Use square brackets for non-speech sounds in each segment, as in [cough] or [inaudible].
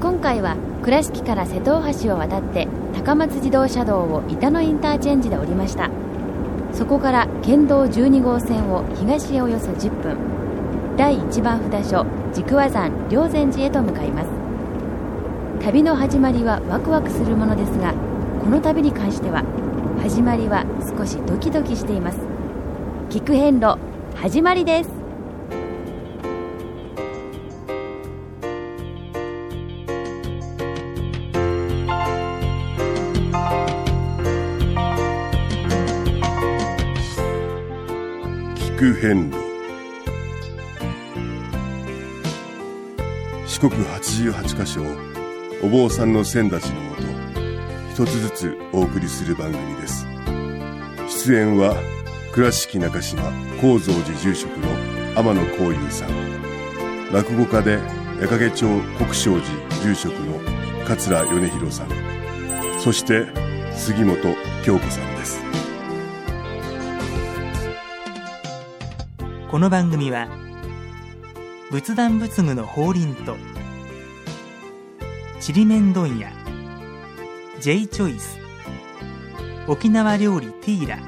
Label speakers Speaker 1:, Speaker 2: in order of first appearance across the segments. Speaker 1: 今回は倉敷から瀬戸大橋を渡って高松自動車道を板野インターチェンジで降りましたそこから県道12号線を東へおよそ10分第1番札所軸和山霊山寺へと向かいます旅の始まりはワクワクするものですがこの旅に関しては始まりは少しドキドキしています聞く遍路始まりです
Speaker 2: 聞く遍路四国88カ所をお坊さんの先達のもと一つずつお送りする番組です出演は倉敷中島高蔵寺住職の天野光雄さん落語家で矢掛町国商寺住職の桂米広さんそして杉本京子さんです
Speaker 3: この番組は仏壇仏具の法輪とちりめん問屋 J チョイス沖縄料理ティーラ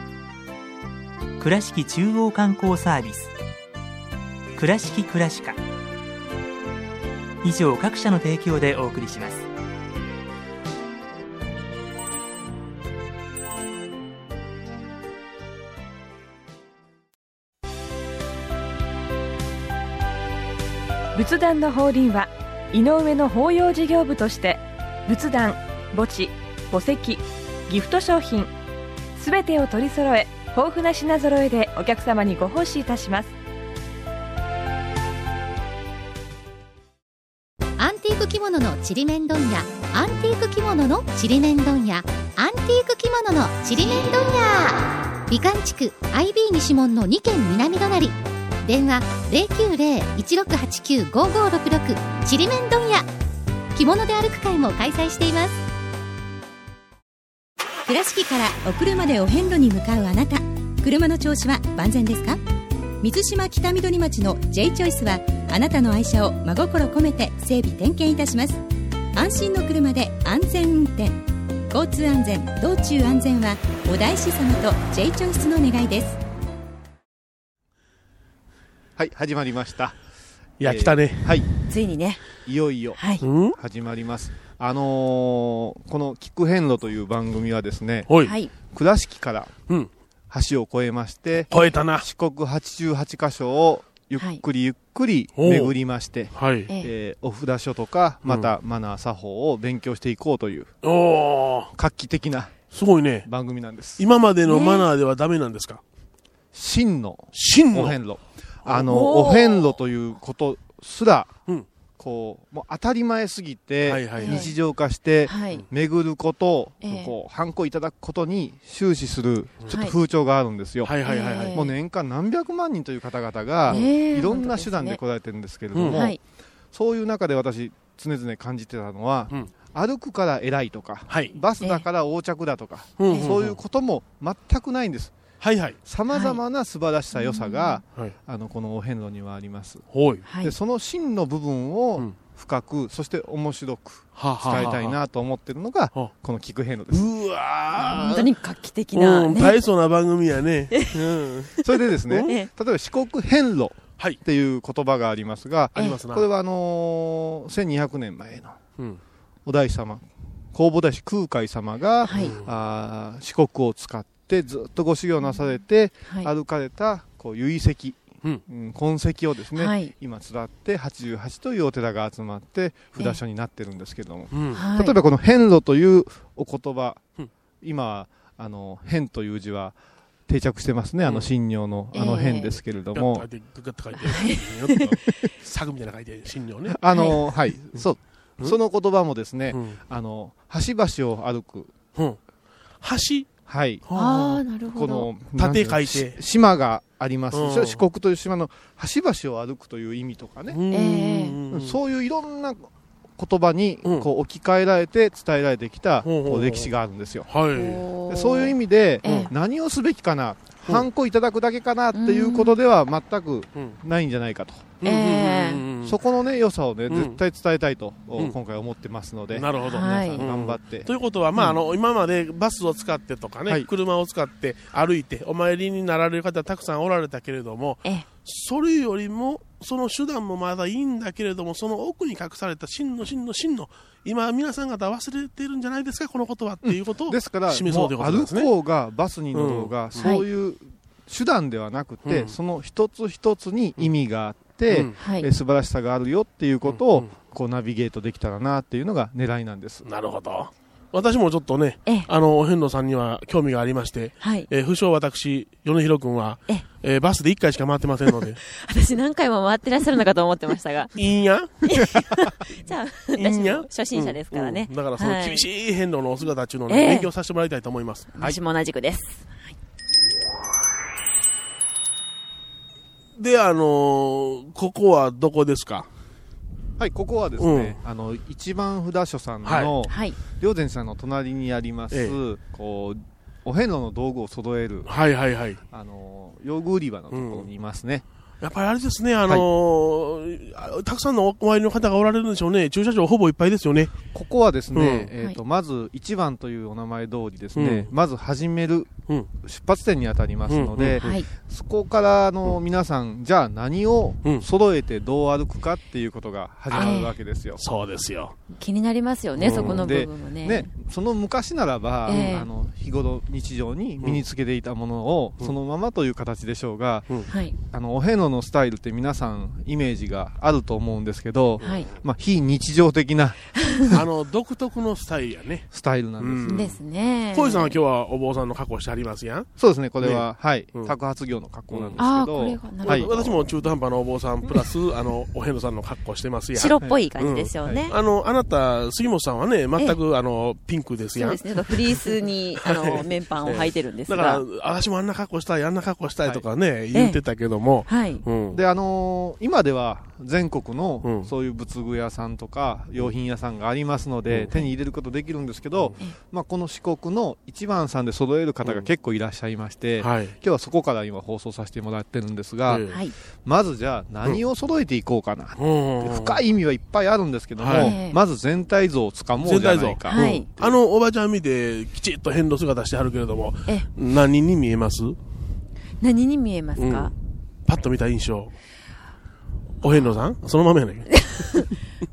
Speaker 3: 倉敷中央観光サービス倉敷倉敷以上各社の提供でお送りします
Speaker 4: 仏壇の法輪は井上の法要事業部として仏壇墓地墓石ギフト商品すべてを取り揃え豊富な品揃えでお客様にご奉仕いたします
Speaker 5: アンティーク着物のちりめん問屋アンティーク着物のちりめん問屋アンティーク着物のちりめん問屋美観地区 IB 西門の2軒南隣電話090-1689-5566ちりめん問屋着物で歩く会も開催しています
Speaker 6: 倉敷からお車でお遍路に向かうあなた車の調子は万全ですか水島北緑町の J チョイスはあなたの愛車を真心込めて整備点検いたします安心の車で安全運転交通安全道中安全はお大師様と J チョイスの願いです
Speaker 7: はい、始まりました。
Speaker 8: いや、来たね。
Speaker 7: はい、
Speaker 9: ついにね、
Speaker 7: いよいよ
Speaker 9: はい、
Speaker 8: うん
Speaker 7: 始まります。あのーこの「聞く遍路」という番組はですね、
Speaker 8: おい。
Speaker 9: はい、
Speaker 7: 倉敷から
Speaker 8: うん。
Speaker 7: 橋を越えまして、
Speaker 8: 超えたな。
Speaker 7: 四国88箇所をゆっくりゆっくり
Speaker 8: はい
Speaker 7: 巡りまして、
Speaker 8: はい。
Speaker 9: ええ
Speaker 7: えーお札書とか、
Speaker 8: うん
Speaker 7: またマナー作法を勉強していこうという
Speaker 8: おー、
Speaker 7: 画期的な
Speaker 8: すごいね。
Speaker 7: 番組なんです。
Speaker 8: 今までのマナーではダメなんですか
Speaker 7: 真の
Speaker 8: 真
Speaker 7: お
Speaker 8: の。
Speaker 7: 遍路。あの、
Speaker 9: おー
Speaker 7: お遍路ということすら、
Speaker 8: うん
Speaker 7: こう、もう当たり前すぎて、
Speaker 8: はいはいはい
Speaker 7: 日常化して、
Speaker 9: はい、
Speaker 7: 巡ること、
Speaker 9: ええ
Speaker 7: こう、ハンコいただくことに終始する、ちょ
Speaker 9: は
Speaker 7: っと
Speaker 9: い
Speaker 7: 風潮があるんですよ。
Speaker 8: はいはいはいはい。
Speaker 9: え
Speaker 7: もう年間何百万人という方々が、
Speaker 9: ええ
Speaker 7: いろんな手
Speaker 9: 本当です
Speaker 7: 段で
Speaker 9: ね
Speaker 7: 来られてるんですけれども、
Speaker 8: うん
Speaker 9: はい、
Speaker 7: そういう中で私、常々感じてたのは、
Speaker 8: うん
Speaker 7: 歩くから偉いとか、
Speaker 8: はい。
Speaker 7: バスだから横着だとか、
Speaker 8: うんん
Speaker 7: そういう。ことも全くないんです。
Speaker 8: はいはい。
Speaker 7: さまざまな素晴らしさ、良さが、
Speaker 8: はい。
Speaker 7: あの、このお遍路にはあります。
Speaker 8: おい。
Speaker 9: はい
Speaker 7: で、その真の部分
Speaker 8: う
Speaker 7: を
Speaker 8: ん
Speaker 7: 深く、そして面白く
Speaker 8: はあはあはあ
Speaker 7: 伝えたい。なと思ってるのが、
Speaker 8: はあ
Speaker 7: この聞く遍路
Speaker 8: [laughs]
Speaker 7: です。
Speaker 8: うわ
Speaker 9: 本
Speaker 8: ー。
Speaker 9: 当に画期的な、
Speaker 8: うん、
Speaker 9: ね、
Speaker 8: 大層な番組やね。うん。
Speaker 7: それでですね、
Speaker 9: うん
Speaker 7: 例えば四国遍路
Speaker 8: はい
Speaker 7: っていう言葉がありますが、
Speaker 8: ありますな。
Speaker 7: これはあのー1200年前の
Speaker 8: うん。
Speaker 7: お大師様、弘法大師空海様が、
Speaker 9: はい、
Speaker 7: あー四国を使ってずっとご修行なされて、
Speaker 9: はい、
Speaker 7: 歩かれたこう遺跡、
Speaker 8: うん
Speaker 7: うん痕跡をですね、
Speaker 9: はい
Speaker 7: 今伝って88というお寺が集まって札所になってるんですけれども、
Speaker 8: うん。
Speaker 9: はい
Speaker 7: 例えばこの遍路というお言葉、
Speaker 8: うん
Speaker 7: 今あの遍という字は定着してますね、あ
Speaker 8: う
Speaker 7: の
Speaker 8: ん
Speaker 7: 信仰のあの
Speaker 9: え
Speaker 7: 遍
Speaker 9: え
Speaker 7: ですけれど
Speaker 8: ガッと
Speaker 7: も
Speaker 8: 書い、て、ガッと書い
Speaker 9: [laughs]
Speaker 8: て。サグみたいなの書いて、新尿ね。
Speaker 7: あのはい、そううんその言葉もですね、
Speaker 8: うん。
Speaker 7: あの端々を歩く、
Speaker 8: うん。橋
Speaker 7: はい、
Speaker 9: ああ、なるほ
Speaker 7: こ
Speaker 9: ど、
Speaker 7: の
Speaker 8: 縦書
Speaker 7: なん
Speaker 8: い
Speaker 7: てう
Speaker 8: て
Speaker 7: のし島があります、
Speaker 8: うん
Speaker 7: 四国という島の端々を歩くという意味とかね、
Speaker 8: うん
Speaker 9: ええ
Speaker 7: そういういろんな言葉に
Speaker 8: うん
Speaker 7: こう置き換えられて伝えられてきた
Speaker 8: ほうほうほう
Speaker 7: こう歴史があるんですよ。
Speaker 8: はい。
Speaker 7: でそういう意味で、
Speaker 9: ええ
Speaker 7: 何をすべきかな、
Speaker 8: うん
Speaker 7: ハンコいただくだけかなっていうことでは全く
Speaker 8: うん
Speaker 7: ないんじゃないかと、
Speaker 9: ええ
Speaker 8: うんうんうんうん
Speaker 7: そこのね良さをね、
Speaker 8: う
Speaker 7: 絶
Speaker 8: ん
Speaker 7: 対伝えたいと、
Speaker 8: うん
Speaker 7: 今回思ってますので、
Speaker 8: なるほど。
Speaker 9: はい
Speaker 7: 皆さん頑張って、
Speaker 8: ということは、まあ、あ
Speaker 7: うん
Speaker 8: の、今までバスを使ってとかね、
Speaker 7: はい
Speaker 8: 車を使って歩いてお参りになられる方たくさんおられたけれども、
Speaker 9: ええ
Speaker 8: それよりも、その手段もまだいいんだけれども、その奥に隠された真の真の真の、今、皆さん方忘れてるんじゃないですか、このことはっていうことを、
Speaker 7: ですから
Speaker 8: 示そうということですね
Speaker 7: もう歩こうがバスに乗ろうが、そういう手段ではなくて、
Speaker 8: うん
Speaker 7: その一つ一つに意味があって、
Speaker 8: うん
Speaker 9: はい
Speaker 7: えー素晴らしさがあるよっていうことを、
Speaker 8: うん
Speaker 7: こうナビゲートできたらなっていうのが狙いなんです。
Speaker 8: なるほど。私もちょっとね、
Speaker 9: ええ
Speaker 8: あの、お遍路さんには興味がありまして、
Speaker 9: はい
Speaker 8: えー不詳私、米広君は、
Speaker 9: ええ
Speaker 8: えーバスで1回しか回ってません
Speaker 9: [laughs]
Speaker 8: ので、
Speaker 9: 私何回も回ってらっしゃるのかと思ってましたが
Speaker 8: いいんや
Speaker 9: じゃあ
Speaker 8: い
Speaker 9: [laughs]
Speaker 8: い
Speaker 9: 私
Speaker 8: んや
Speaker 9: も初心者ですからね、
Speaker 8: うんうんだからその厳し
Speaker 9: い、
Speaker 8: い遍路のお姿っていうのを
Speaker 9: え
Speaker 8: ね、
Speaker 9: え
Speaker 8: 勉強させてもらいたいと思います。
Speaker 9: 私も同じくです
Speaker 8: で、あのーここはどこですか
Speaker 7: はい、ここはですね、あの一番札所さんの
Speaker 9: はい
Speaker 7: 霊山さんの隣にあります、
Speaker 8: え
Speaker 7: こうお遍路の道具を揃える
Speaker 8: はいはいはい。
Speaker 7: あの用具売り場のところにいますね。
Speaker 8: やっぱりあれですね、あのーあたくさんのお参りの方がおられるんでしょうね。駐車場ほぼいっぱいですよね。
Speaker 7: ここはですね、
Speaker 8: うん
Speaker 7: えーとまず1番というお名前通りですね、
Speaker 8: う
Speaker 7: まず始める
Speaker 8: うん。
Speaker 7: 出発点にあたりますので、
Speaker 8: うん
Speaker 9: はい
Speaker 7: そこからあの皆さん、じゃあ何を
Speaker 8: うん
Speaker 7: 揃えてどう歩くかっていうことが始まるわけですよ。
Speaker 8: そうですよ。
Speaker 9: 気になりますよね、
Speaker 8: うん
Speaker 9: そこの部
Speaker 7: で
Speaker 9: 分もね
Speaker 7: ね、その昔ならば、
Speaker 9: ええ
Speaker 7: あの日頃日常に身につけていたものを
Speaker 8: うん
Speaker 7: そのままという形でしょうが、
Speaker 9: はい
Speaker 7: あのお遍路のスタイルって皆さんイメージがあると思うんですけど、
Speaker 9: はい、
Speaker 7: まあ、非日常的な
Speaker 8: [laughs] あの、独特のスタイルやね。
Speaker 7: スタイルなんです、
Speaker 8: うん
Speaker 9: ですね
Speaker 8: 小井さんは今日はお坊さんの格好してありますやん。
Speaker 7: そうですねこれは、はい
Speaker 8: うん
Speaker 7: 宅発業の格好なんですけ
Speaker 9: ああ
Speaker 7: ど、
Speaker 9: これがなるほど、
Speaker 7: はい
Speaker 8: 私も中途半端なお坊さんプラス、あの、お遍路さんの格好してますやん。
Speaker 9: 白っぽい感じですよね、
Speaker 8: あの、あなた、杉本さんはね、全く、あの、ピンクです
Speaker 9: そ
Speaker 8: や。
Speaker 9: うんですね。ちょっとフリースに、あの、綿パンを履いてるんです
Speaker 8: だ
Speaker 9: が。
Speaker 8: から、私もあんな格好したい、あんな格好したいとかね、言ってたけども、
Speaker 9: はい。
Speaker 8: うん。
Speaker 7: であのー今では全国
Speaker 8: う
Speaker 7: の
Speaker 8: ん
Speaker 7: そういう仏具屋さんとか用品屋さんがありますので、
Speaker 8: うん
Speaker 7: 手に入れることできるんですけど、
Speaker 9: うん
Speaker 7: まあ、この四国の一番さんで揃える方が結構いらっしゃいまして、今
Speaker 8: はい。
Speaker 7: 日はそこから今放送させてもらってるんですが、
Speaker 8: ええ
Speaker 9: はい。
Speaker 7: まずじゃあ何を揃えていこうかな、深
Speaker 8: い
Speaker 7: い意味はいっぱいあるんですけども、
Speaker 8: はい
Speaker 7: まず全体像をつかもうじゃないか、
Speaker 9: 全体像はい
Speaker 8: あのおばちゃん見てきちっと変路姿してはるけれども
Speaker 9: え、
Speaker 8: 何に見えます
Speaker 9: 何に見えますか、
Speaker 8: パッと見た印象お遍路さんそのままやね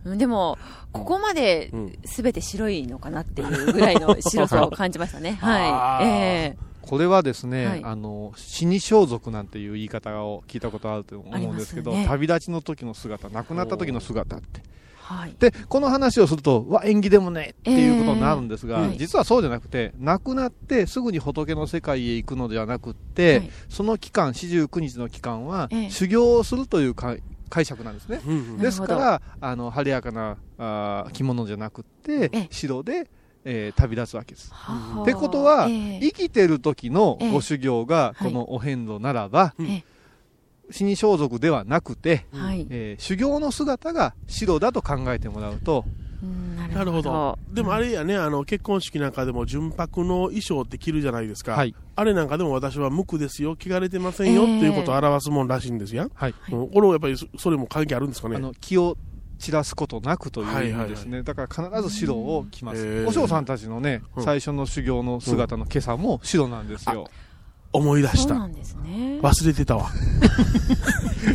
Speaker 9: うんでも、ここまで
Speaker 8: うん
Speaker 9: 全て白いのかなっていうぐらい
Speaker 8: [laughs]
Speaker 9: の白さを感じましたね。
Speaker 8: あ
Speaker 9: は
Speaker 8: ー
Speaker 9: い。え
Speaker 7: これはですね、
Speaker 9: はい
Speaker 7: あの死に装束なんていう言い方を聞いたことあると思うんですけど
Speaker 9: ありますね
Speaker 7: 旅立ちの時の姿亡くなった時の姿って
Speaker 9: えはい。
Speaker 7: でこの話をするとわ縁起でもねっていうことになるんです
Speaker 9: え
Speaker 7: が、
Speaker 9: ーはい
Speaker 7: 実はそうじゃなくて亡くなってすぐに仏の世界へ行くのではなくって、
Speaker 9: はい
Speaker 7: その期間四十九日の期間は、
Speaker 9: ええ
Speaker 7: 修行をするというか解釈なんですね。
Speaker 9: な
Speaker 7: で
Speaker 9: る
Speaker 7: す
Speaker 9: ほど
Speaker 7: からあの晴れやかなあー着物じゃなくって
Speaker 9: ええ
Speaker 7: 白で、えー旅立つわけです。
Speaker 9: はあ
Speaker 7: ってことは、
Speaker 9: ええ
Speaker 7: 生きてる時の
Speaker 9: ええ
Speaker 7: ご修行が
Speaker 9: はい
Speaker 7: このお遍路ならば、
Speaker 9: ええ
Speaker 7: 死に装束ではなくて、
Speaker 9: はい、
Speaker 7: えー修行の姿が白だと考えてもらうと、
Speaker 9: うん
Speaker 8: な
Speaker 9: な
Speaker 8: る
Speaker 9: る
Speaker 8: ほ
Speaker 9: ほ
Speaker 8: ど
Speaker 9: ど。
Speaker 8: でもあ
Speaker 9: れ、
Speaker 8: れやねあの結婚式なんかでも純白の衣装って着るじゃないですか、
Speaker 7: はい
Speaker 8: あれなんかでも私は無垢ですよ汚れてませんよ、
Speaker 9: ええ
Speaker 8: っていうことを表すもんらしいんですや、
Speaker 7: はい
Speaker 8: うんこれもやっぱりそそれも関係あるんですかね
Speaker 7: あの気を散らすことなくという意味ですね、だから必ず白を着ます、
Speaker 8: うん
Speaker 7: お嬢さんたちのね、
Speaker 8: うん
Speaker 7: 最初の修行の姿の今朝も白なんですよ、
Speaker 8: 思い出し
Speaker 9: そうな
Speaker 8: た
Speaker 9: んですね。 [laughs]
Speaker 8: 忘れてたわ、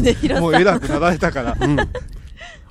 Speaker 9: ね、ひろ
Speaker 7: もう偉くなられたから [laughs]
Speaker 8: うん、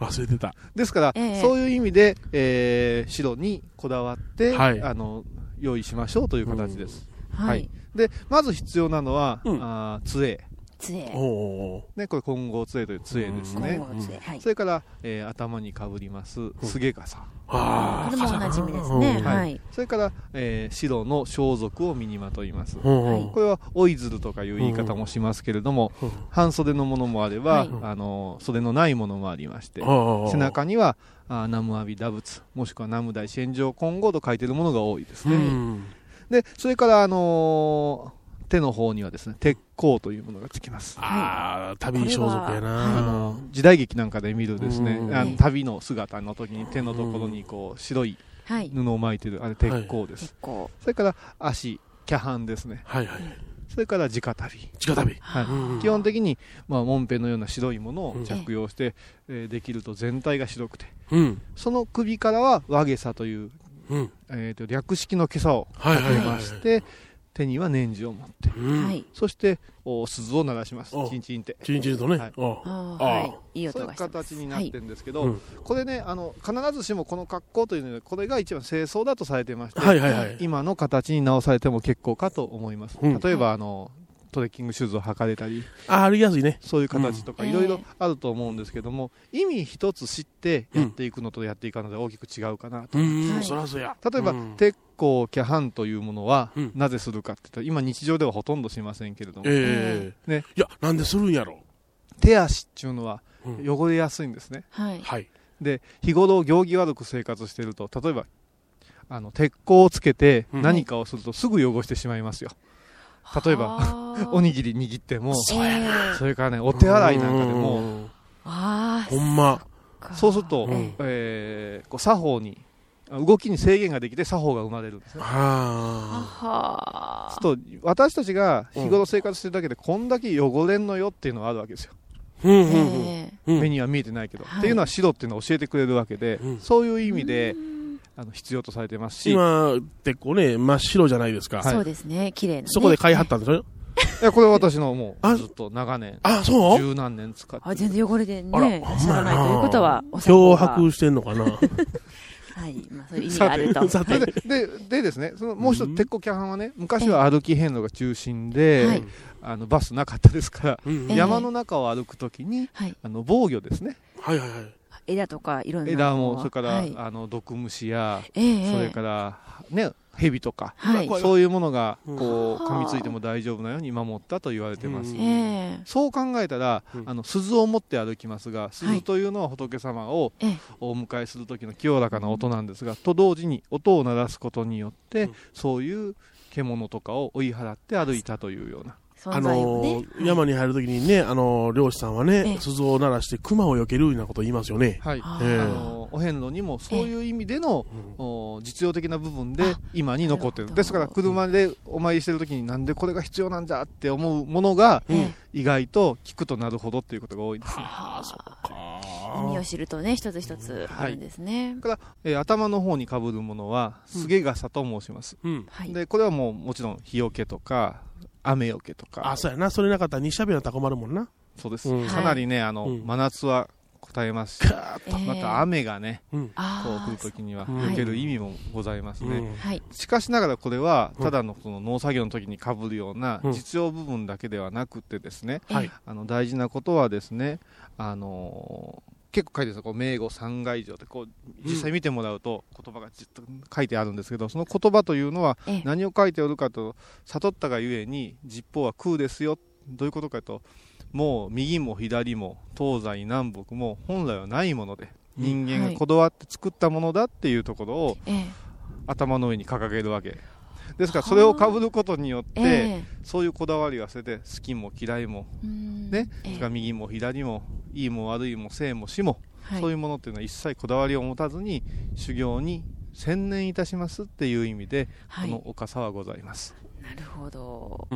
Speaker 8: 忘れてた
Speaker 7: ですから、
Speaker 9: ええ
Speaker 7: そういう意味で、えー白にこだわって、
Speaker 8: はい
Speaker 7: あの用意しましょうという形です、
Speaker 9: は
Speaker 7: はいい。でまず必要なのは、
Speaker 8: うん
Speaker 7: あー杖
Speaker 9: 杖。
Speaker 8: おお
Speaker 7: ね、これ混合杖という杖ですね、
Speaker 9: 今後の杖。はい
Speaker 7: そ。れから、えー頭にかぶりますすげ傘、
Speaker 8: あ
Speaker 9: これ
Speaker 8: あ
Speaker 9: もおなじみですね。
Speaker 7: はい
Speaker 9: はい。
Speaker 7: それから、えー白の装束を身にまといます、
Speaker 8: うん
Speaker 7: これは「追いずる」とかいう言い方もしますけれども、
Speaker 8: うん
Speaker 7: 半袖のものもあれば、
Speaker 9: はい
Speaker 7: あの袖のないものもありまして、
Speaker 8: うん
Speaker 7: 背中には「あー南無阿弥陀仏」もしくは「南無大師炎上金剛」と書いてるものが多いです
Speaker 8: う
Speaker 7: ね、
Speaker 8: ん
Speaker 7: でそれから、あのー手の方にはですね鉄鋼というものがつきます
Speaker 8: ああ旅装束やな、
Speaker 7: あの時代劇なんかで見るですね、
Speaker 8: うん
Speaker 7: あの旅の姿の時に手のところにこう白い
Speaker 9: はい。
Speaker 7: 布を巻いてるあれ鉄鋼です、
Speaker 9: 結構。
Speaker 7: それから足キャハンですね
Speaker 8: はいはい
Speaker 7: それから直旅、
Speaker 8: 直旅。
Speaker 7: はい
Speaker 8: うん
Speaker 7: 基本的に、まあ、モンペのような白いもの
Speaker 8: う
Speaker 7: を
Speaker 8: ん
Speaker 7: 着用して、えーできると全体が白くて
Speaker 8: うん。
Speaker 7: その首からは和げさという、
Speaker 8: うん。
Speaker 7: えーと略式の袈裟を
Speaker 8: はいはい
Speaker 7: かけ
Speaker 8: はいは
Speaker 7: ま
Speaker 8: い
Speaker 7: して手には念珠を持って
Speaker 8: うん
Speaker 9: はい。
Speaker 7: そしてお鈴を鳴らします
Speaker 8: お
Speaker 7: チンチンって。
Speaker 8: チンチンとね。
Speaker 7: はい
Speaker 8: ああ
Speaker 9: あー
Speaker 8: あ
Speaker 9: はい。いい
Speaker 7: そう
Speaker 9: 音が
Speaker 7: いう
Speaker 9: してます
Speaker 7: 形になってるんですけど、
Speaker 8: はいうん
Speaker 7: これねあの必ずしもこの格好というのはこれが一番清掃だとされてまして、
Speaker 8: はいはいはい。
Speaker 7: 今の形に直されても結構かと思います、
Speaker 8: うん
Speaker 7: 例えばあのトレッキングシューズを履かれたり
Speaker 8: あ、歩きやすいね。
Speaker 7: そういう形とか
Speaker 9: うん
Speaker 7: いろいろあると思うんですけども、意味一つ知って
Speaker 8: うん
Speaker 7: やっていくのとやっていかないのでは大きく違うかなと、
Speaker 8: うん、
Speaker 9: はい
Speaker 8: そらそうや。
Speaker 7: 例えば、
Speaker 8: うん
Speaker 7: 鉄鋼キャハンというものは
Speaker 8: うん
Speaker 7: なぜするかって言ったら今日常ではほとんどしませんけれども、
Speaker 8: ええ
Speaker 7: ね
Speaker 8: いや、なんでするんやろ。
Speaker 7: 手足っていうのは
Speaker 8: うん
Speaker 7: 汚れやすいんですね、
Speaker 9: はい。
Speaker 8: はい。
Speaker 7: で日頃行儀悪く生活してると例えばあの鉄鋼をつけて
Speaker 8: うん
Speaker 7: 何かをするとすぐ汚してしまいますよ、例えば
Speaker 9: ば
Speaker 7: [laughs] おにぎり握っても
Speaker 9: そうやな。
Speaker 7: それからねお手洗いなんかで
Speaker 8: う
Speaker 7: も
Speaker 8: ん、
Speaker 9: あ
Speaker 8: ほんま。
Speaker 9: あ。
Speaker 7: そうすると、
Speaker 8: うん
Speaker 7: えーこう作法にあ動きに制限ができて作法が生まれるんですね
Speaker 9: あ
Speaker 8: あ
Speaker 9: はあ。
Speaker 7: ちょっと私たちが日頃生活してるだけでこんだけ汚れんのよっていうのはあるわけですよ、
Speaker 8: あ。うんうんうん。
Speaker 9: ええ
Speaker 8: うん
Speaker 7: 目には見えてないけど、
Speaker 9: はい
Speaker 7: っていうのは白っていうのを教えてくれるわけで、
Speaker 8: うん
Speaker 7: そういう意味であの必要とされてますしい
Speaker 8: 今、結構ね、真っ白じゃないですか。
Speaker 7: はい
Speaker 9: そうですね。綺麗なね。
Speaker 8: そこで買い張ったんでしょ
Speaker 7: やこれ私のも
Speaker 8: あ
Speaker 7: うずっと長年
Speaker 8: あ、そう
Speaker 7: 十何年使って
Speaker 9: あ、
Speaker 7: る
Speaker 9: 全然汚れてね、
Speaker 8: あら
Speaker 9: しゃらないということは、お散歩
Speaker 8: 脅
Speaker 9: が
Speaker 8: 迫してんのかな [laughs]
Speaker 9: はい、まあ、そういう意味があると。
Speaker 8: さ
Speaker 7: それ
Speaker 8: て。
Speaker 7: でででですねそのもう一
Speaker 8: うん
Speaker 7: つ鉄鋼キャハンはね昔は歩き遍路が中心で、
Speaker 9: はい
Speaker 7: あのバスなかったですから
Speaker 8: うん
Speaker 9: ええ
Speaker 7: 山の中を歩くときに、
Speaker 9: はい
Speaker 7: あの防御ですね、
Speaker 8: はいはいはい。
Speaker 9: 枝とかいろんな
Speaker 7: 枝も、それから、
Speaker 9: はい、
Speaker 7: あの毒虫や、
Speaker 9: ええ
Speaker 7: それから、ね、蛇とか、
Speaker 9: はい
Speaker 8: こう
Speaker 7: そういうものがこう
Speaker 9: うん
Speaker 7: 噛みついても大丈夫なように守ったと言われてます。
Speaker 8: うん
Speaker 9: ええ
Speaker 7: そう考えたら、
Speaker 8: うん
Speaker 7: あの鈴を持って歩きますが鈴というのは仏様を
Speaker 9: ええ
Speaker 7: お迎えする時の清らかな音なんですが、と同時に音を鳴らすことによって、
Speaker 8: うん
Speaker 7: そういう獣とかを追い払って歩いたというような
Speaker 9: 存
Speaker 8: あ
Speaker 9: 在を
Speaker 8: の
Speaker 9: ね、
Speaker 8: ー、山に入るときにね、あのー、漁師さんは
Speaker 9: え
Speaker 8: ね
Speaker 9: え、
Speaker 8: 鈴を鳴らして熊を避けるようなこと言いますよね。
Speaker 7: はい、
Speaker 9: あ
Speaker 7: あ
Speaker 8: ええ
Speaker 7: のお遍路にもそういう意味での、
Speaker 8: うん
Speaker 7: お実用的な部分で
Speaker 9: あ
Speaker 7: 今に残って
Speaker 9: なるほ
Speaker 7: る
Speaker 9: ど
Speaker 7: ですから車でお参りしてる時になんでこれが必要なんだって思うものが
Speaker 9: ええ
Speaker 7: 意外と聞くとなるほどっていうことが多いです、ね
Speaker 9: はあ
Speaker 8: あ
Speaker 9: 意味
Speaker 8: ー
Speaker 9: を知るとね、一つ一つあるんですね。
Speaker 7: えー頭の方にかぶるものはすげ傘と申します、
Speaker 8: うん。
Speaker 9: はい。
Speaker 7: でこれはもうもちろん日よけとか雨よけとか
Speaker 8: あ、そうやな。それなかったら、西しゃべたら困るもんな。
Speaker 7: そうです、
Speaker 8: うん
Speaker 7: かなりねあの、
Speaker 8: うん
Speaker 7: 真夏は答えますし、
Speaker 8: か
Speaker 9: ええ
Speaker 7: また雨がね
Speaker 8: うん。
Speaker 7: こ
Speaker 9: あ
Speaker 7: う来る
Speaker 9: ー
Speaker 7: 時には
Speaker 8: うん
Speaker 7: 受ける意味もございますね、
Speaker 8: うん
Speaker 9: はい。
Speaker 7: しかしながらこれは
Speaker 8: うん
Speaker 7: ただのその農作業の時にかぶるような
Speaker 8: うん
Speaker 7: 実用部分だけではなくてですね、
Speaker 8: はい。
Speaker 7: あの大事なことはですね、あのー結構書いてあるんですよこう名護三害条ってこう実際見てもらうと言葉がじっと書いてあるんですけどその言葉というのは
Speaker 9: ええ
Speaker 7: 何を書いておるかと悟ったがゆえに実法は空ですよどういうことかともう右も左も東西南北も本来はないもので人間がこだわって作ったものだっていうところを、
Speaker 9: ええ
Speaker 7: 頭の上に掲げるわけですからそれをかぶることによって、
Speaker 9: ええ
Speaker 7: そういうこだわりが捨てて好きも嫌いも、
Speaker 9: うん
Speaker 7: ね
Speaker 9: え
Speaker 7: そ
Speaker 9: え
Speaker 7: れから右も左もいいも悪いも正も死も、
Speaker 9: はい
Speaker 7: そういうものっていうのは一切こだわりを持たずに修行に専念いたしますっていう意味で、
Speaker 9: はい
Speaker 7: このお笠はございます
Speaker 9: なるほど。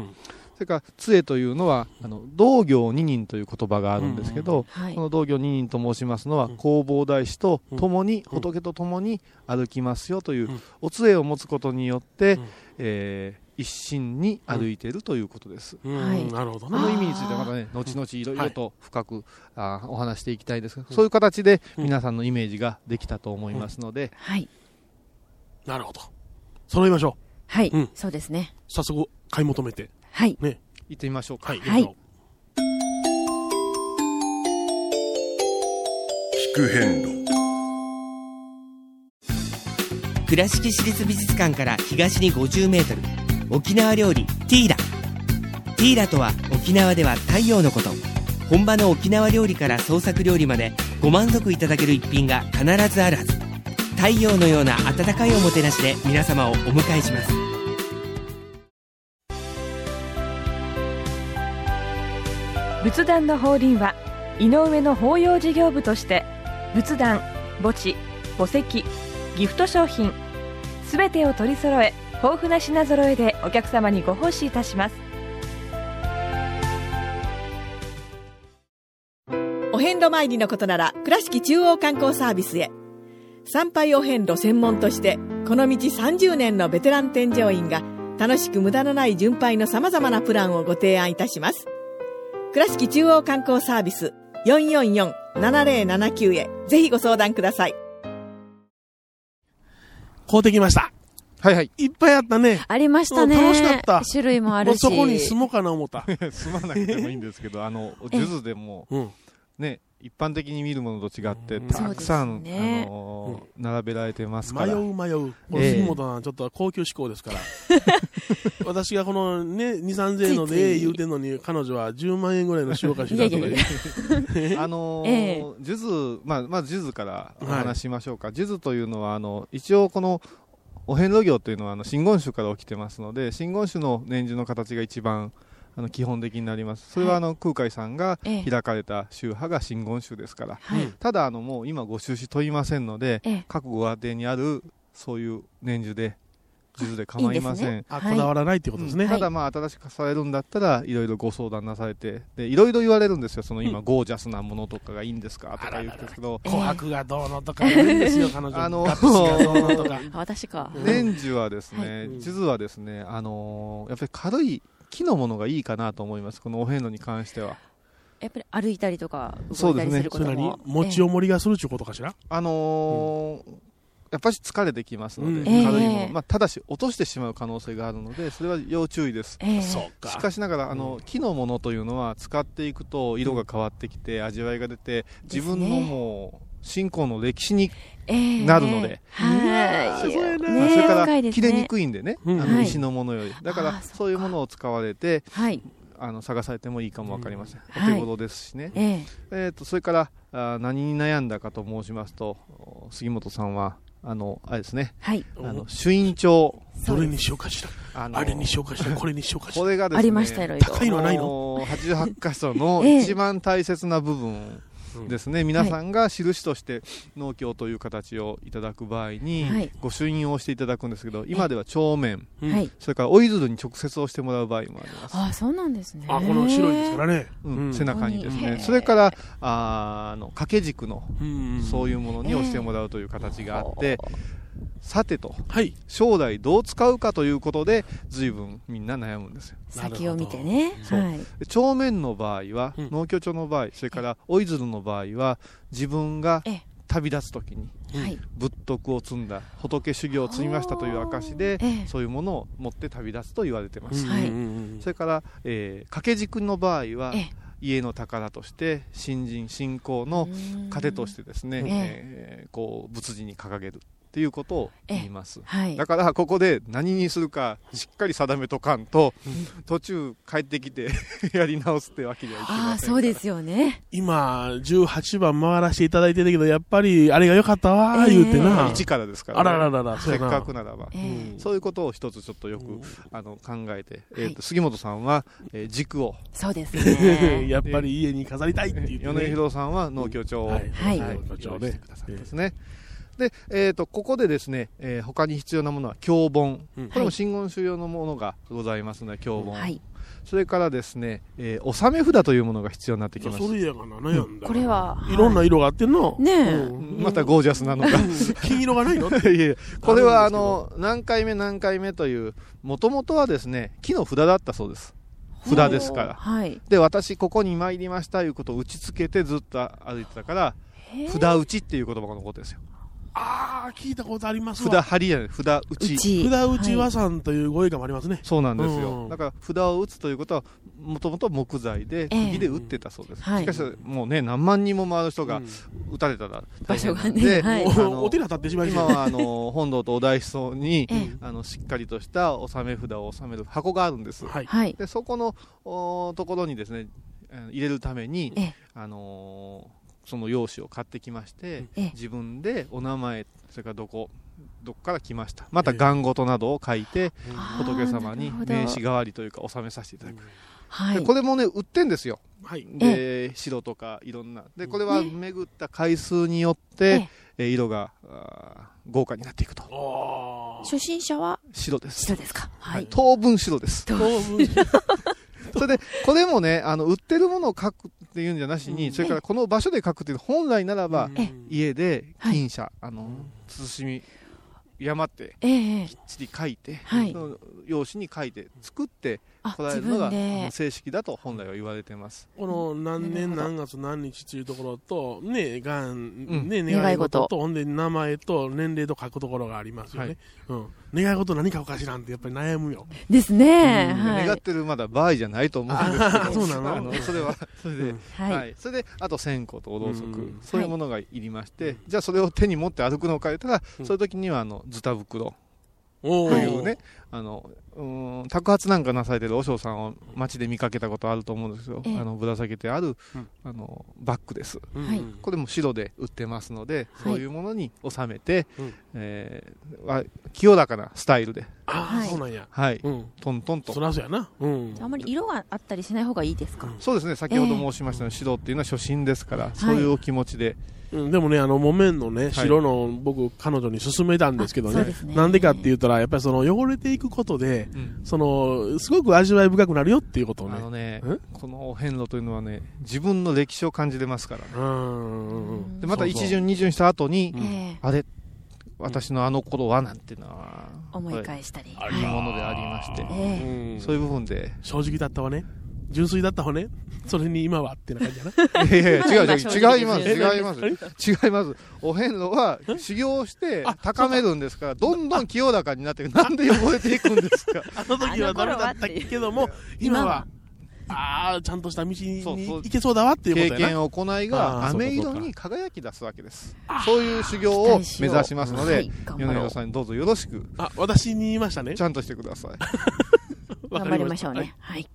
Speaker 7: それから杖というのはあの道行二人という言葉があるんですけど、
Speaker 9: はい
Speaker 7: こ。の道行二人と申しますのは、
Speaker 8: うん
Speaker 7: 弘法大師と共に、
Speaker 8: うん
Speaker 7: 仏と共に歩きますよという、
Speaker 8: うん
Speaker 7: お杖を持つことによって、
Speaker 8: うん
Speaker 7: えー一心に歩いているということです。
Speaker 8: う
Speaker 9: はい
Speaker 8: ん。なるほど
Speaker 7: こ
Speaker 8: な。
Speaker 7: の意味についてはまたね、後々いろい
Speaker 8: は
Speaker 7: ろ
Speaker 8: い
Speaker 7: と深く、あーお話していきたいですが、
Speaker 8: うん
Speaker 7: そういう形で
Speaker 8: うん
Speaker 7: 皆さんのイメージができたと思いますので、
Speaker 9: はい。
Speaker 8: なるほど。揃いましょう。
Speaker 9: はい
Speaker 8: うん。
Speaker 9: そうですね。
Speaker 8: 早速、買い求めて。
Speaker 9: はい。
Speaker 7: 行ってみましょうか。
Speaker 8: はい。
Speaker 9: はい
Speaker 8: 行きましょ
Speaker 2: 聞く遍路
Speaker 10: 倉敷市立美術館から東に50メートル沖縄料理ティーラティーラとは沖縄では太陽のこと本場の沖縄料理から創作料理までご満足いただける一品が必ずあるはず太陽のような温かいおもてなしで皆様をお迎えします
Speaker 4: 仏壇の法輪は井上の法要事業部として仏壇墓地墓石ギフト商品すべてを取り揃え豊富な品揃えでお客様にご奉仕いたします
Speaker 11: 度参りのことなら倉敷中央観光サービスへ参拝お遍路専門としてこの道30年のベテラン添乗員が楽しく無駄のない巡拝の様々なプランをご提案いたします倉敷中央観光サービス444-7079へぜひご相談ください
Speaker 8: 買うてきました。
Speaker 7: はいはい。
Speaker 8: いっぱいあったね。
Speaker 1: ありましたね。
Speaker 8: うん楽しかった
Speaker 1: 種類
Speaker 9: [laughs]
Speaker 1: もあ
Speaker 8: も
Speaker 1: る
Speaker 8: う
Speaker 1: し。
Speaker 8: そこに住もうかな思った。
Speaker 7: [laughs] すまなくてもいいんですけど、あの、数珠でも、
Speaker 8: うん。
Speaker 7: ね、一般的に見るものと違って、
Speaker 8: うん
Speaker 7: たくさん、
Speaker 1: そうですね
Speaker 7: あのー並べられてますか
Speaker 8: 迷
Speaker 7: ら。
Speaker 8: う迷う。こ
Speaker 7: ええ
Speaker 8: れ杉本さん、ちょっと高級志向で
Speaker 7: [laughs]
Speaker 8: すから。私がこのね、2、3000円の
Speaker 9: ついつ
Speaker 8: で
Speaker 9: い
Speaker 8: 言うてんのに、彼女は10万円ぐらいの塩菓子
Speaker 9: い
Speaker 8: だ
Speaker 9: や
Speaker 8: と
Speaker 9: い
Speaker 8: か
Speaker 9: や
Speaker 8: 言
Speaker 9: いうや。
Speaker 7: あのー
Speaker 9: ええ
Speaker 7: ジュズ、まあ、まずジュズからお
Speaker 8: はい
Speaker 7: 話ししましょうか。ジュズというのは、あの、一応この、お遍路行というのは、あの、真言宗から起きてますので、真言宗の年中の形が一番、あの、基本的になります。それは、あの、空海さんが
Speaker 1: ええ
Speaker 7: 開かれた宗派が真言宗ですから。
Speaker 1: はい。
Speaker 7: ただ、あの、もう今、ご修士問いませんので、
Speaker 1: ええ
Speaker 7: 各ご家庭にある、そういう年中で、ジュズで構いません。
Speaker 8: あ、こだわらないっていうことですね。
Speaker 7: ただまあ新しくされるんだったらいろいろご相談なされてでいろいろ言われるんですよその今ゴージャスなものとかがいいんですかとか言うんですけど
Speaker 8: 琥珀がどうのとか言うんですよ、彼女。
Speaker 7: あの
Speaker 8: ガッツがどうのとか。
Speaker 9: あ私か。
Speaker 7: 年中はです
Speaker 8: は
Speaker 7: ね
Speaker 8: い
Speaker 7: 地図はですねあのーやっぱり軽い木のものがいいかなと思いますこのお遍路に関しては
Speaker 9: やっぱり歩いたりとか、
Speaker 7: そ
Speaker 9: 動
Speaker 7: う
Speaker 9: いた
Speaker 7: で
Speaker 9: り
Speaker 7: すね
Speaker 9: するこ
Speaker 8: そ
Speaker 9: と
Speaker 8: れなり
Speaker 9: も。
Speaker 8: 持
Speaker 9: ええ
Speaker 8: ち重りがするっちゅうことかしら
Speaker 7: あのーやっぱり疲れてきますので、
Speaker 8: うん
Speaker 7: 軽いも
Speaker 1: え
Speaker 7: の
Speaker 1: え、
Speaker 7: まあ、ただし落としてしまう可能性があるのでそれは要注意です
Speaker 1: ええ
Speaker 8: そうか。
Speaker 7: しかしながらあの木のものというのは使っていくと色が変わってきて味わいが出て自分の
Speaker 1: ですね
Speaker 7: もう信仰の歴史に
Speaker 1: ええ
Speaker 7: なるので。
Speaker 1: はい。
Speaker 7: それ
Speaker 1: ねえ
Speaker 7: から
Speaker 1: 深いです
Speaker 7: 切
Speaker 1: ね
Speaker 7: れにくいんでねあ
Speaker 8: うん
Speaker 7: の
Speaker 1: はい
Speaker 7: 石のものよりだか
Speaker 1: あ
Speaker 7: ら
Speaker 1: あそっか
Speaker 7: そういうものを使われて
Speaker 1: はい。
Speaker 7: あの探されてもいいかもわかりません
Speaker 1: うん
Speaker 7: お手頃ですしね
Speaker 1: ええ
Speaker 7: えーとそれからあー何に悩んだかと申しますとお杉本さんはあのあれですね
Speaker 1: はい。
Speaker 7: あの朱印帳
Speaker 8: どれにしようかしら。
Speaker 7: あの
Speaker 8: あれにしようかしら。これにしようかし
Speaker 7: こ
Speaker 8: ら。
Speaker 7: れがですね
Speaker 1: ありました、いろいろ。
Speaker 8: 高いのはないの
Speaker 7: の88箇所の
Speaker 1: [laughs] ええ
Speaker 7: 一番大切な部分ですね、皆さんが印として農協という形をいただく場合に、
Speaker 1: はい
Speaker 7: ご朱印をしていただくんですけど今では帳面
Speaker 8: うん
Speaker 1: はい。
Speaker 7: それからオイルに直接押してもらう場合もあります、
Speaker 1: あ、そうなんですね。
Speaker 8: あ、この白いですからね。
Speaker 7: うん
Speaker 8: うん
Speaker 7: 背中にで
Speaker 1: ここ
Speaker 7: す
Speaker 1: に
Speaker 7: ね
Speaker 1: へえ
Speaker 7: それからあーあの掛け軸の
Speaker 8: うん
Speaker 7: そういうものに押してもらうという形があって、さてと
Speaker 8: はい。
Speaker 7: 将来どう使うかということで随分みんな悩むんですよ
Speaker 1: 先を見てね。
Speaker 7: そう
Speaker 1: はい。
Speaker 7: で帳面の場合は、
Speaker 8: うん
Speaker 7: 農協帳の場合それから折り鶴の場合は自分が
Speaker 1: ええ
Speaker 7: 旅立つ時に
Speaker 1: はい。
Speaker 7: 仏徳を積んだ仏修行を積みましたという証で、
Speaker 1: ええ
Speaker 7: そういうものを持って旅立つと言われてます、
Speaker 1: はい
Speaker 8: うんうんうん
Speaker 7: それから、えー掛け軸の場合は、
Speaker 1: ええ
Speaker 7: 家の宝として新人信仰の糧としてですね、
Speaker 1: うん
Speaker 7: えーこう仏事に掲げるっていうことを言います、
Speaker 1: はい
Speaker 7: だ。からここで何にするかしっかり定めとかんと、途中帰ってきて [laughs] やり直すってわけにはいき
Speaker 1: あ
Speaker 7: ま
Speaker 1: あ、
Speaker 7: せん
Speaker 1: そうですよね。
Speaker 8: 今、18番回らせていただいてるけど、やっぱり、あれが良かったわー、言うてな。
Speaker 7: 一からですから、
Speaker 8: あらららら、そう
Speaker 7: せっ
Speaker 8: やな
Speaker 7: かくならば
Speaker 1: ええ
Speaker 7: そういうことを一つちょっとよく、あの考えて、えー
Speaker 1: はい
Speaker 7: と杉本さんは、えー軸を
Speaker 1: そうです
Speaker 9: [laughs]
Speaker 1: ね。
Speaker 8: やっぱり [laughs] 家に飾りたいって言って
Speaker 7: 米
Speaker 8: ね。
Speaker 7: 広さんは農協長を、
Speaker 8: はい
Speaker 1: はい
Speaker 7: はい
Speaker 8: 農協長
Speaker 7: 用
Speaker 8: ね
Speaker 7: 意してくださったんですね。で、えー、とここでですね、えー他に必要なものは経本、
Speaker 8: うん
Speaker 7: これも真言宗用のものがございますので経本、
Speaker 1: はい。
Speaker 7: それからですね、えー納め札というものが必要になってきます
Speaker 8: それやがな、悩んだ。
Speaker 9: これ。は、
Speaker 8: いろんな色があってんの。
Speaker 9: ねえ
Speaker 8: うん [laughs]
Speaker 7: またゴージャスなのが
Speaker 8: 金色がないの
Speaker 7: いえいえこれはあ
Speaker 8: あるんですけど
Speaker 7: の何回目何回目というもともとはですね木の札だったそうです札ですから
Speaker 9: はい。
Speaker 7: で私ここに参りましたいうことを打ちつけてずっと歩いてたから札打ちっていう言葉が残ってるんですよ
Speaker 8: あー、聞いたことあります
Speaker 7: 札
Speaker 8: わ。
Speaker 7: 張りじゃない札打
Speaker 1: う
Speaker 7: ち
Speaker 1: ち。
Speaker 8: 札打ち和さんというご意見もありますね。
Speaker 7: そうなんです
Speaker 8: う
Speaker 7: よ
Speaker 8: ん
Speaker 7: だから札を打つということはもともと木材で
Speaker 1: ええ
Speaker 7: 釘で打ってたそうです、
Speaker 1: はい
Speaker 7: しかしもうね何万人も回る人が
Speaker 8: うん
Speaker 7: 打たれたら
Speaker 1: 場所がね
Speaker 7: で
Speaker 1: はい
Speaker 7: あの
Speaker 8: おお寺立ってしまい
Speaker 7: 今
Speaker 8: そう。
Speaker 7: はあの本堂とお大師匠に、
Speaker 1: [laughs] ええ
Speaker 7: あのしっかりとした納め札を納める箱があるんです、
Speaker 8: はい。
Speaker 1: はい。
Speaker 7: でそこのおところにですねえー入れるために
Speaker 1: ええ、
Speaker 7: あのーその用紙を買ってきまして、
Speaker 1: ええ
Speaker 7: 自分でお名前それからどこどこから来ましたまた願事などを書いて、仏様
Speaker 1: あーな
Speaker 7: に
Speaker 1: るほ
Speaker 7: 名
Speaker 1: ど
Speaker 7: 刺代わりというか納めさせていただく、
Speaker 1: は
Speaker 7: で
Speaker 1: い
Speaker 7: こ。れもね売ってんですよ
Speaker 8: はい。
Speaker 7: で白とかいろんなでこれは
Speaker 1: ね
Speaker 7: 巡った回数によって、えー色があー豪華になっていくと
Speaker 8: おー。
Speaker 9: 初心者は、
Speaker 7: 白です
Speaker 1: そうですか。は
Speaker 7: はいい。当分白です
Speaker 8: 当分
Speaker 7: [laughs] それでこれもねあの売ってるものを書くっっていうんじゃなしに、
Speaker 9: うん
Speaker 7: それからこの場所で書くっていう本来ならば、
Speaker 9: ええ
Speaker 7: 家で金車、あの慎み敬って
Speaker 9: ええええ
Speaker 7: きっちり書いて、
Speaker 9: はい
Speaker 7: その用紙に書いて作って
Speaker 9: あ
Speaker 7: 捉えるのがあ
Speaker 9: 自分で
Speaker 7: の正式だと本来は言われてます。
Speaker 8: この何年何月何日というところと、ね、がん、ね、
Speaker 9: ん
Speaker 8: 願い事と、ほんで名前と年齢と書くところがありますよね。うん。願い事何書くかしらんってやっぱり悩むよ。
Speaker 9: ですね。はい
Speaker 7: 願ってるまだ場合じゃないと思うんですけど
Speaker 8: あそうなの
Speaker 7: あそれはそれで、
Speaker 9: はい
Speaker 7: はい、それであと線香とおろうそく、
Speaker 8: うん
Speaker 7: そういうものがいりまして、じゃあそれを手に持って歩くのを変えたら、そういう時にはあのズタ袋
Speaker 8: お
Speaker 7: というね、あのうーん宅発なんかなされてる和尚さんを街で見かけたことあると思うんですけど、
Speaker 9: ええ
Speaker 7: あのぶら下げてある、
Speaker 8: うん
Speaker 7: あのバッグです
Speaker 9: はい
Speaker 7: これも白で売ってますので、
Speaker 9: はい
Speaker 7: そういうものに収めて、
Speaker 8: うん
Speaker 7: えーわ清らかなスタイルで、
Speaker 8: あ
Speaker 9: は
Speaker 8: あ、
Speaker 9: い
Speaker 8: そうなんや。
Speaker 7: はい
Speaker 8: うん。
Speaker 7: トントンと
Speaker 8: そらそうやな。うん。
Speaker 9: あんまり色があったりしない方がいいですか。
Speaker 7: そうですね先ほど申しましたように、指導っていうのは初心ですから、そういうお気持ちで、
Speaker 8: うんでもね、あの、木綿のね、白の僕、彼女に勧めたんですけど
Speaker 9: あそう
Speaker 8: ね
Speaker 9: ですね。
Speaker 8: なんでかって言ったら、やっぱりその、汚れていくことで、
Speaker 7: うん
Speaker 8: その、すごく味わい深くなるよっていうことを
Speaker 7: あ
Speaker 8: ね。
Speaker 7: のね
Speaker 8: え
Speaker 7: このお遍路というのはね自分の歴史を感じれますからね
Speaker 8: うんうんうん。
Speaker 7: でまた
Speaker 8: そうそう
Speaker 7: 一巡二巡した後に、
Speaker 9: ええ
Speaker 7: あれ私のあの頃はなんていうのは
Speaker 9: 思い返したり。
Speaker 7: はいいうものでありまして、
Speaker 9: ええ
Speaker 8: うん
Speaker 7: そういう部分で
Speaker 8: 正直だったわね。純粋だったわね。それに今はってな感じや [laughs] な。
Speaker 7: いやいや違う
Speaker 9: まあ
Speaker 7: 違
Speaker 9: 正
Speaker 7: う
Speaker 9: 直
Speaker 7: 違います
Speaker 9: ですよ
Speaker 7: 違います違いますお遍路は修行して高めるんですからどんどん清らかになっていくなんで汚れていくんですか
Speaker 8: あの時はダメだったけども、今は、ああ、ちゃんとした道に
Speaker 7: そうそう
Speaker 8: 行けそうだわっていう
Speaker 7: 経
Speaker 8: ことやな。
Speaker 7: 験を行い
Speaker 8: あ
Speaker 7: が
Speaker 8: ーそうか
Speaker 7: 飴色に輝き出すわけですそういう修行を目指しますの
Speaker 9: は
Speaker 7: で
Speaker 9: い頑張ろう
Speaker 7: 米田さんにどうぞよろしく
Speaker 8: あ、私に言いましたね
Speaker 7: ち。ゃんとしてください
Speaker 8: わ
Speaker 9: 頑
Speaker 8: か
Speaker 9: 張りまし
Speaker 8: した
Speaker 9: ょうね。はい。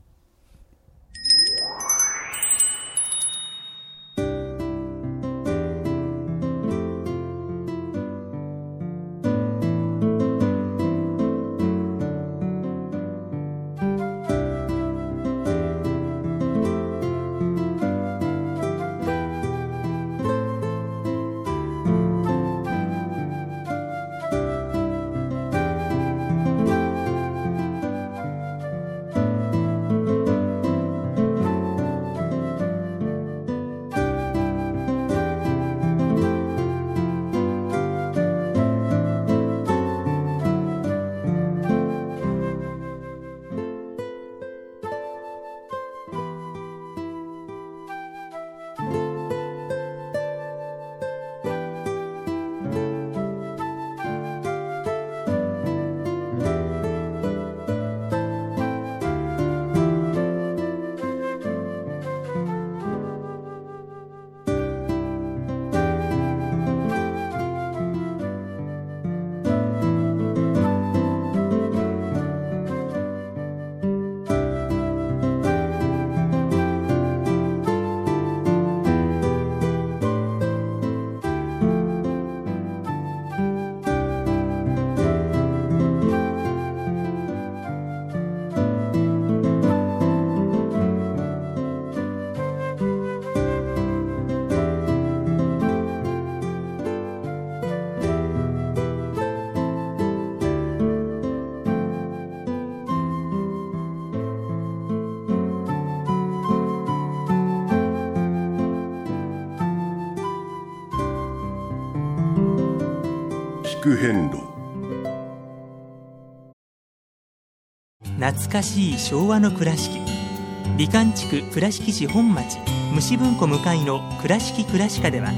Speaker 2: 聞く遍路
Speaker 3: 懐かしい昭和の倉敷美観地区倉敷市本町虫文庫向かいの「倉敷倉歯科」では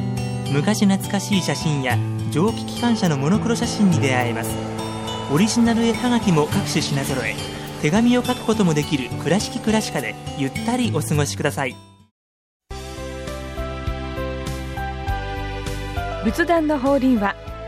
Speaker 3: 昔懐かしい写真や蒸気機関車のモノクロ写真に出会えますオリジナル絵はがきも各種品揃え手紙を書くこともできる「倉敷倉歯科」でゆったりお過ごしください
Speaker 4: 仏壇の法輪は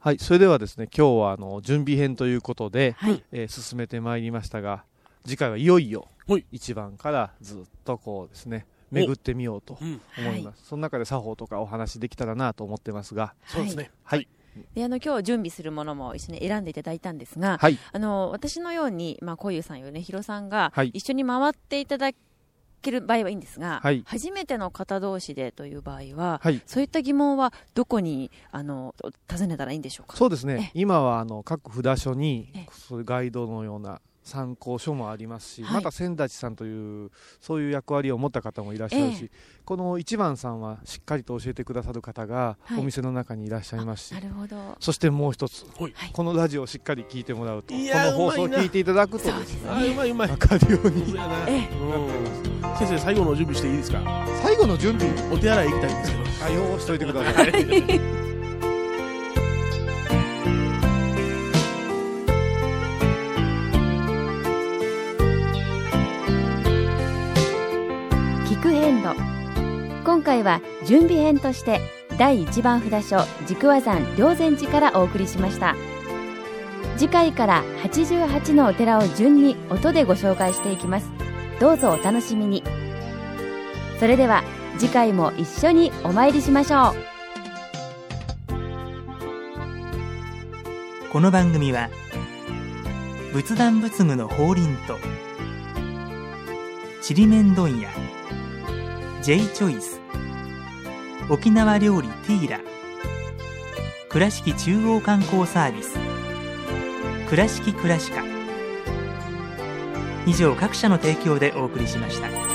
Speaker 7: はい、それではですね、今日はあの準備編ということで、
Speaker 9: はい
Speaker 7: えー進めてまいりましたが、次回はいよいよ一番からずっとこうですね、
Speaker 8: お
Speaker 7: 巡ってみようと
Speaker 8: うん
Speaker 7: 思います。その中で作法とかお話できたらなと思ってますが、
Speaker 8: そうですね。
Speaker 7: はい、
Speaker 9: であの今日準備するものも一緒に選んでいただいたんですが、
Speaker 7: はい
Speaker 9: あの私のように、まあ、こういうさん、米広さんが
Speaker 7: はい
Speaker 9: 一緒に回っていただける場合はいいんですが、
Speaker 7: はい
Speaker 9: 初めての方同士でという場合は、
Speaker 7: はい
Speaker 9: そういった疑問はどこにあの尋ねたらいいんでしょうか。
Speaker 7: そうですね、
Speaker 9: え
Speaker 7: 今はあの各札所に
Speaker 9: え
Speaker 7: そういうガイドのような参考書もありますし、
Speaker 9: はい
Speaker 7: また千立さんというそういう役割を持った方もいらっしゃるし、
Speaker 9: え
Speaker 7: この一番さんはしっかりと教えてくださる方が
Speaker 9: はい
Speaker 7: お店の中にいらっしゃいますし、
Speaker 9: なるほど。
Speaker 7: そしてもう一つ、
Speaker 8: はい
Speaker 7: このラジオをしっかり聞いてもらうとこ
Speaker 8: いや
Speaker 7: の
Speaker 8: ー
Speaker 7: 放送を
Speaker 8: うまいな
Speaker 7: 聞いていただくと
Speaker 9: そう
Speaker 7: で
Speaker 9: ですす
Speaker 7: ね
Speaker 8: あう
Speaker 9: ね。
Speaker 8: まいうまい。
Speaker 7: 分かるように
Speaker 8: そうやな
Speaker 9: え
Speaker 8: うん先生、最後の準備していいですか
Speaker 7: 最後の準備
Speaker 8: お手洗い行きたいんですけど。
Speaker 7: 対応しといてください
Speaker 1: 聞く編路今回は準備編として第1番札所軸和山霊禅寺からお送りしました次回から88のお寺を順に音でご紹介していきますどうぞお楽しみにそれでは次回も一緒にお参りしましょう
Speaker 3: この番組は仏壇仏具の法輪とちりめん問屋 J チョイス沖縄料理ティーラ倉敷中央観光サービス倉敷倉敷科以上各社の提供でお送りしました。